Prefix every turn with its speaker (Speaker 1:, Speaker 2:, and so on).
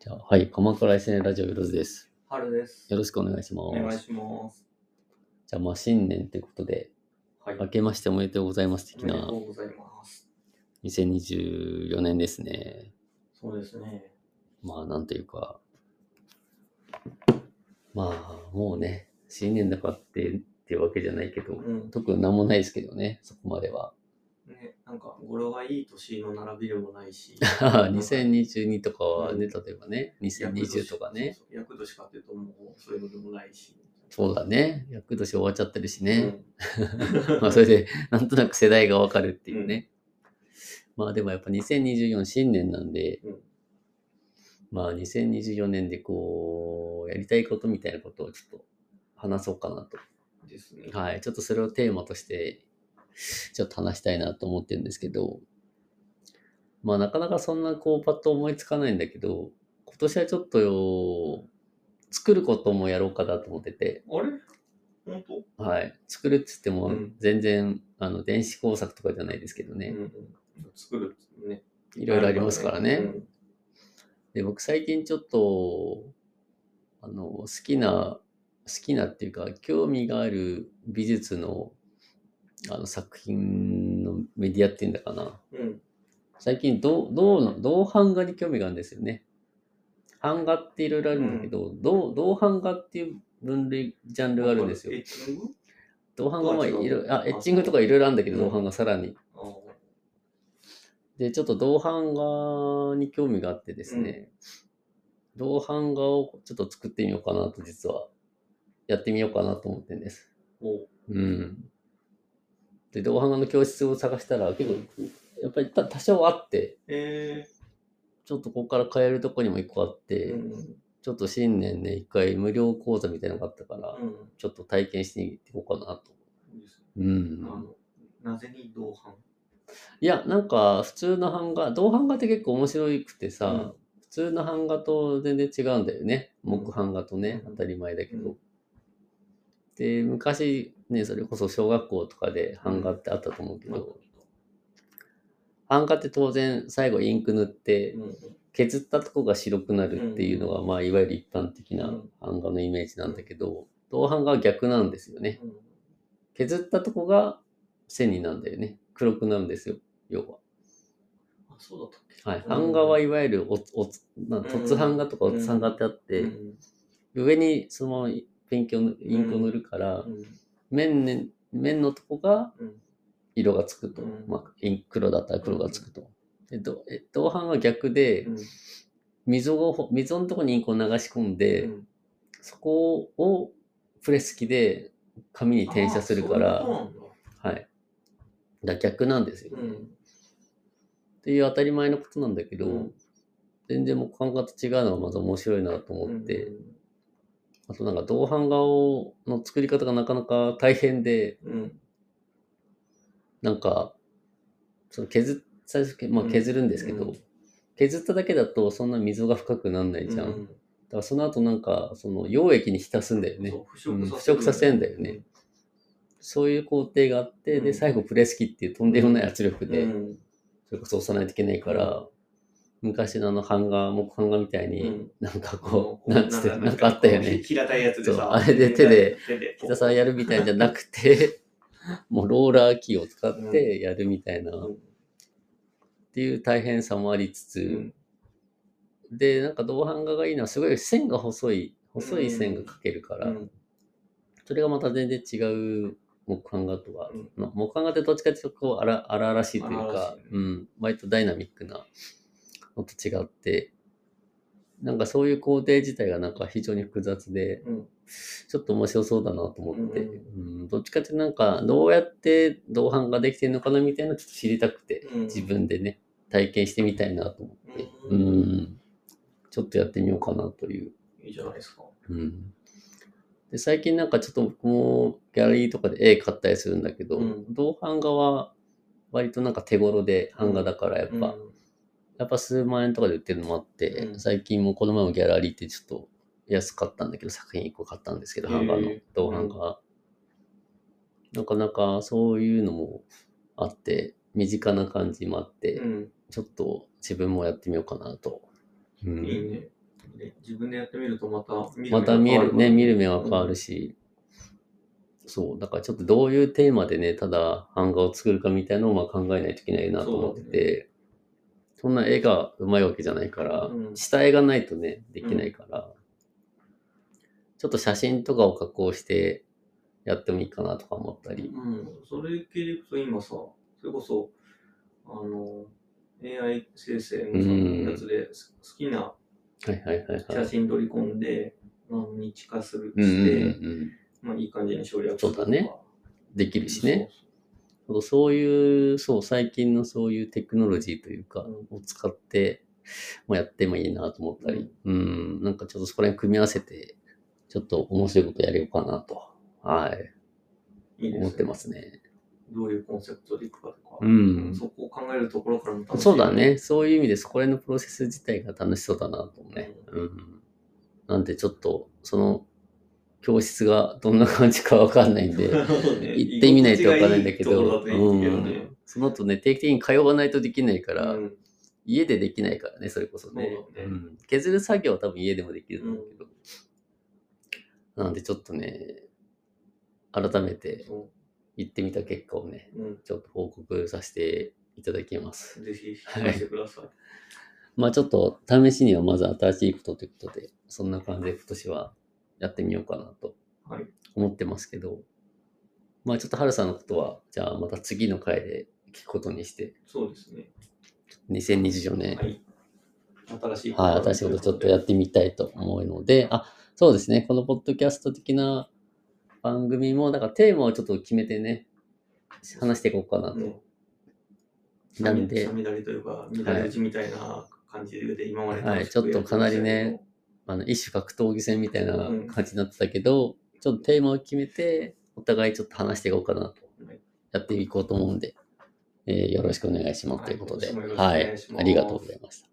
Speaker 1: じゃあ、はい、鎌倉 SN ラジオよろずです。
Speaker 2: 春です。
Speaker 1: よろしくお願いしま
Speaker 2: お願い
Speaker 1: す。
Speaker 2: します。
Speaker 1: じゃあ、まあ、新年ということで、
Speaker 2: はい。
Speaker 1: 明けましておめでとうございます
Speaker 2: お
Speaker 1: 的
Speaker 2: めで
Speaker 1: な
Speaker 2: とうございます。
Speaker 1: 2024年ですね。
Speaker 2: そうですね。
Speaker 1: まあ、なんというか、まあ、もうね、新年だからってっていうわけじゃないけど、
Speaker 2: うん。
Speaker 1: 特になんもないですけどね、そこまでは。。
Speaker 2: ね、なんか語呂がいい年の並びでもないし
Speaker 1: 2022とかはね、
Speaker 2: う
Speaker 1: 例えばね、2020とかね、
Speaker 2: 役年そうそう役年かっていうともうそういうのでもないし。
Speaker 1: そうだね、役年終わっちゃってるし
Speaker 2: う
Speaker 1: ね。
Speaker 2: ん。
Speaker 1: まあそれで、なんとなく世代がわかるっていうね。まあでもやっぱ2024新年なんで、
Speaker 2: うん
Speaker 1: まあ2024年でこう、やりたいことみたいなことをちょっと話そうかなと。
Speaker 2: ですね。
Speaker 1: はい。ちょっとそれをテーマとして、ちょっと話したいなと思ってるんですけど、まあなかなかそんなこう、パッと思いつかないんだけど、今年はちょっとよ、作ることもやろうかなと思ってて、
Speaker 2: あれ本当
Speaker 1: はい。作るっつっても
Speaker 2: うん、
Speaker 1: 全然、あの、電子工作とかじゃないですけど
Speaker 2: う
Speaker 1: ね
Speaker 2: ん、うん。作るね。
Speaker 1: いろいろありますからね。
Speaker 2: うん
Speaker 1: で、僕最近ちょっと、あの、好きな、好きなっていうか、興味がある美術の、あの、作品のメディアっていうんだかな。
Speaker 2: うん。
Speaker 1: 最近、銅、銅の、銅版画に興味があるんですよね。版画っていろいろあるんだけど、銅、銅版画っていう分類、ジャンルがあるんですよ
Speaker 2: エ。ッチング
Speaker 1: 銅版画もいろいろ、あ、
Speaker 2: あ
Speaker 1: エッチングとかいろいろあるんだけど、
Speaker 2: うん
Speaker 1: 銅版画さらに。
Speaker 2: ああ。
Speaker 1: で、ちょっと銅版画に興味があってですね、銅版画をちょっと作ってみようかなと、実は、やってみようかなと思ってんです。
Speaker 2: お
Speaker 1: うん。で、銅版画の教室を探したら、結構、やっぱりた多少あって、
Speaker 2: え
Speaker 1: ちょっとここから買えるとこにも一個あって、
Speaker 2: ー。うん。うん
Speaker 1: ちょっと新年ね、一回無料講座みたいなのがあったから、ちょっと体験していこうかなと。
Speaker 2: いいですね。
Speaker 1: うん
Speaker 2: あ。の、なぜに同伴
Speaker 1: いや、なんか、普通の版画、銅版画って結構面白くてさ、
Speaker 2: うん
Speaker 1: 普通の版画と全然違うんだよね。木版画とね、
Speaker 2: うん
Speaker 1: 当たり前だけど。
Speaker 2: うん
Speaker 1: で、昔ね、それこそ小学校とかで版画ってあったと思うけど、版画って当然最後インク塗って、
Speaker 2: うん。
Speaker 1: 削ったとこが白くなるっていうのが、まあ、いわゆる一般的な
Speaker 2: うん
Speaker 1: 版画のイメージなんだけど、銅版画は逆なんですよね。
Speaker 2: うん
Speaker 1: 削ったとこが線になんだよね。黒くなるんですよ、要は。
Speaker 2: あ、そうだったっけ
Speaker 1: はい、版画はいわゆるおおつな凸版画とかおつ版画ってあって、
Speaker 2: うん
Speaker 1: 上にそのままペンキを塗インクを塗るから、
Speaker 2: うん
Speaker 1: 面ね、面のとこが
Speaker 2: うん
Speaker 1: 色がつくと、
Speaker 2: うん
Speaker 1: まあ、イン黒だったら黒がつくと。でどえ銅版は逆で
Speaker 2: うん
Speaker 1: 溝をほ溝のとこにインクを流し込んで、
Speaker 2: うん
Speaker 1: そこをプレス機で紙に転写するから
Speaker 2: あそういうこ
Speaker 1: はい、だから逆なんですよ
Speaker 2: と
Speaker 1: ね、
Speaker 2: なんだ
Speaker 1: っていう当たり前のことなんだけど、
Speaker 2: うん
Speaker 1: 全然木版画と違うのがまず面白いなと
Speaker 2: うん
Speaker 1: 思って、
Speaker 2: うん
Speaker 1: あとなんか銅版画をの作り方がなかなか大変で、
Speaker 2: うん
Speaker 1: なんか、その削っ、最初け、まあ
Speaker 2: うん
Speaker 1: 削るんですけど、
Speaker 2: うん
Speaker 1: 削っただけだとそんな溝が深くならないじゃん。
Speaker 2: う
Speaker 1: だからその後なんか、その溶液に浸すんだよね。
Speaker 2: そう
Speaker 1: うん
Speaker 2: 腐
Speaker 1: 腐食させんだよね。そういう工程があって、
Speaker 2: う
Speaker 1: で、
Speaker 2: ん
Speaker 1: 最後プレス機っていうとんでもない圧力
Speaker 2: うん
Speaker 1: で、
Speaker 2: うん
Speaker 1: それこそ押さないといけないから、昔のあの版画、木版画みたいに、
Speaker 2: うん
Speaker 1: なんかこう、
Speaker 2: あの
Speaker 1: なんつって、なんかあったよね。
Speaker 2: 平たいやつで
Speaker 1: そう
Speaker 2: さ
Speaker 1: あれで手で
Speaker 2: 手で
Speaker 1: 膝さんやるみたいじゃなく て、もうローラーキーを使ってやるみたいな、っ
Speaker 2: うん
Speaker 1: ていう大変さもありつつ、
Speaker 2: うん
Speaker 1: で、なんか銅版画がいいのはすごい線が細い、細い線が描けるから、
Speaker 2: うん
Speaker 1: それがまた全然違う木版画とは、
Speaker 2: うん
Speaker 1: まあ木版画ってどっちかっていうとこう荒荒々しいというか
Speaker 2: 荒々しいね、
Speaker 1: うん、割とダイナミックなのと違って、なんかそういう工程自体がなんか非常に複雑で、
Speaker 2: うん
Speaker 1: ちょっと面白そうだなと思って、
Speaker 2: う
Speaker 1: うんどっちかってなんか、どうやって同伴ができてるのかなみたいなのちょっと知りたくて、
Speaker 2: うん
Speaker 1: 自分でね、体験してみたいなと思って、う
Speaker 2: うんん、
Speaker 1: ちょっとやってみようかなという。
Speaker 2: いいじゃないですか
Speaker 1: うんで最近なんかちょっと僕もギャラリーとかで絵買ったりするんだけど、
Speaker 2: うん
Speaker 1: 同伴画は割となんか手頃で版画だからやっぱ、
Speaker 2: うん
Speaker 1: やっぱ数万円とかで売ってるのもあって、
Speaker 2: うん
Speaker 1: 最近もこの前もギャラリーってちょっと安かったんだけど、作品1個買ったんですけど、
Speaker 2: へー
Speaker 1: 版画の、銅版画。なかなかそういうのもあって、身近な感じもあって、
Speaker 2: うん。
Speaker 1: ちょっと自分もやってみようかなと。う
Speaker 2: いい
Speaker 1: ん、
Speaker 2: ね。で自分でやってみるとまた見
Speaker 1: また見えるね、見る目は変わ
Speaker 2: る
Speaker 1: るし、そう、だからちょっとどういうテーマでね、ただ版画を作るかみたいなのをまあ考えないといけないなと思ってて、そんな絵がうまいわけじゃないから、
Speaker 2: うん
Speaker 1: 下絵がないとね、できないから、ちょっと写真とかを加工してやってもいいかなとか思ったり、
Speaker 2: うん。うん。それ系でいくと今さ、それこそ、あの、AI 生成のさやつで、す好きな
Speaker 1: はいはいはいはい。
Speaker 2: 写真取り込んで、何日化する、
Speaker 1: うんうん
Speaker 2: して、
Speaker 1: うん、
Speaker 2: まあいい感じに省略
Speaker 1: そうだね。できるしね。
Speaker 2: そうそう
Speaker 1: そうそういう、そう、最近のそういうテクノロジーというか、を使って、まあ、やってもいいなと思ったり、うん、なんかちょっとそこら辺組み合わせて、ちょっと面白いことやれようかなと、はい、
Speaker 2: いいですね
Speaker 1: 思ってますね。
Speaker 2: どういうコンセプトでいくかとか、
Speaker 1: うん
Speaker 2: そこを考えるところからも楽しい
Speaker 1: そうだ。ね、そういう意味でそこら辺のプロセス自体が楽しそうだなと思うね。うん。なんでちょっと、その、教室がどんな感じかわかんないんで、行
Speaker 2: 行
Speaker 1: ってみないとわかんないんだけど、
Speaker 2: いいとこだといいけど
Speaker 1: う
Speaker 2: ね
Speaker 1: んその後ね、定期的に通わないとできないから、
Speaker 2: うん
Speaker 1: 家でできないからね、それこそね。
Speaker 2: そうだね
Speaker 1: ん、削る作業は多分家でもできると思うけど。なんでちょっとね、改めて
Speaker 2: そ
Speaker 1: 行ってみた結果をね、
Speaker 2: ううん
Speaker 1: ちょっと報告させていただきます。
Speaker 2: ぜひ、聞かせてください。
Speaker 1: まあちょっと試しにはまず新しいことということで、そんな感じで今年はやってみようかなと
Speaker 2: はい。
Speaker 1: 思ってますけど、まあちょっと春さんのことは、じゃあまた次の回で聞くことにして、
Speaker 2: そうですね。
Speaker 1: 2024年、
Speaker 2: はい。新しい
Speaker 1: はい、新しいことちょっとやってみたいと思うので、あ、そうですね、このポッドキャスト的な番組も、だからテーマをちょっと決めてね、話していこうかなと。
Speaker 2: ね
Speaker 1: なんで
Speaker 2: さみだれというか、乱れ打ちみたいな感じで、今まで楽しく
Speaker 1: はいちょっとかなりねあの、一種格闘技戦みたいな感じになってたけど、ちょっとテーマを決めて、お互いちょっと話していこうかなと
Speaker 2: はい、
Speaker 1: やっていこうと思うんで、えーよろしくお願いしますということで、
Speaker 2: はい
Speaker 1: は
Speaker 2: よろ
Speaker 1: い
Speaker 2: しくお願い
Speaker 1: あり
Speaker 2: し、ます
Speaker 1: がとうございました。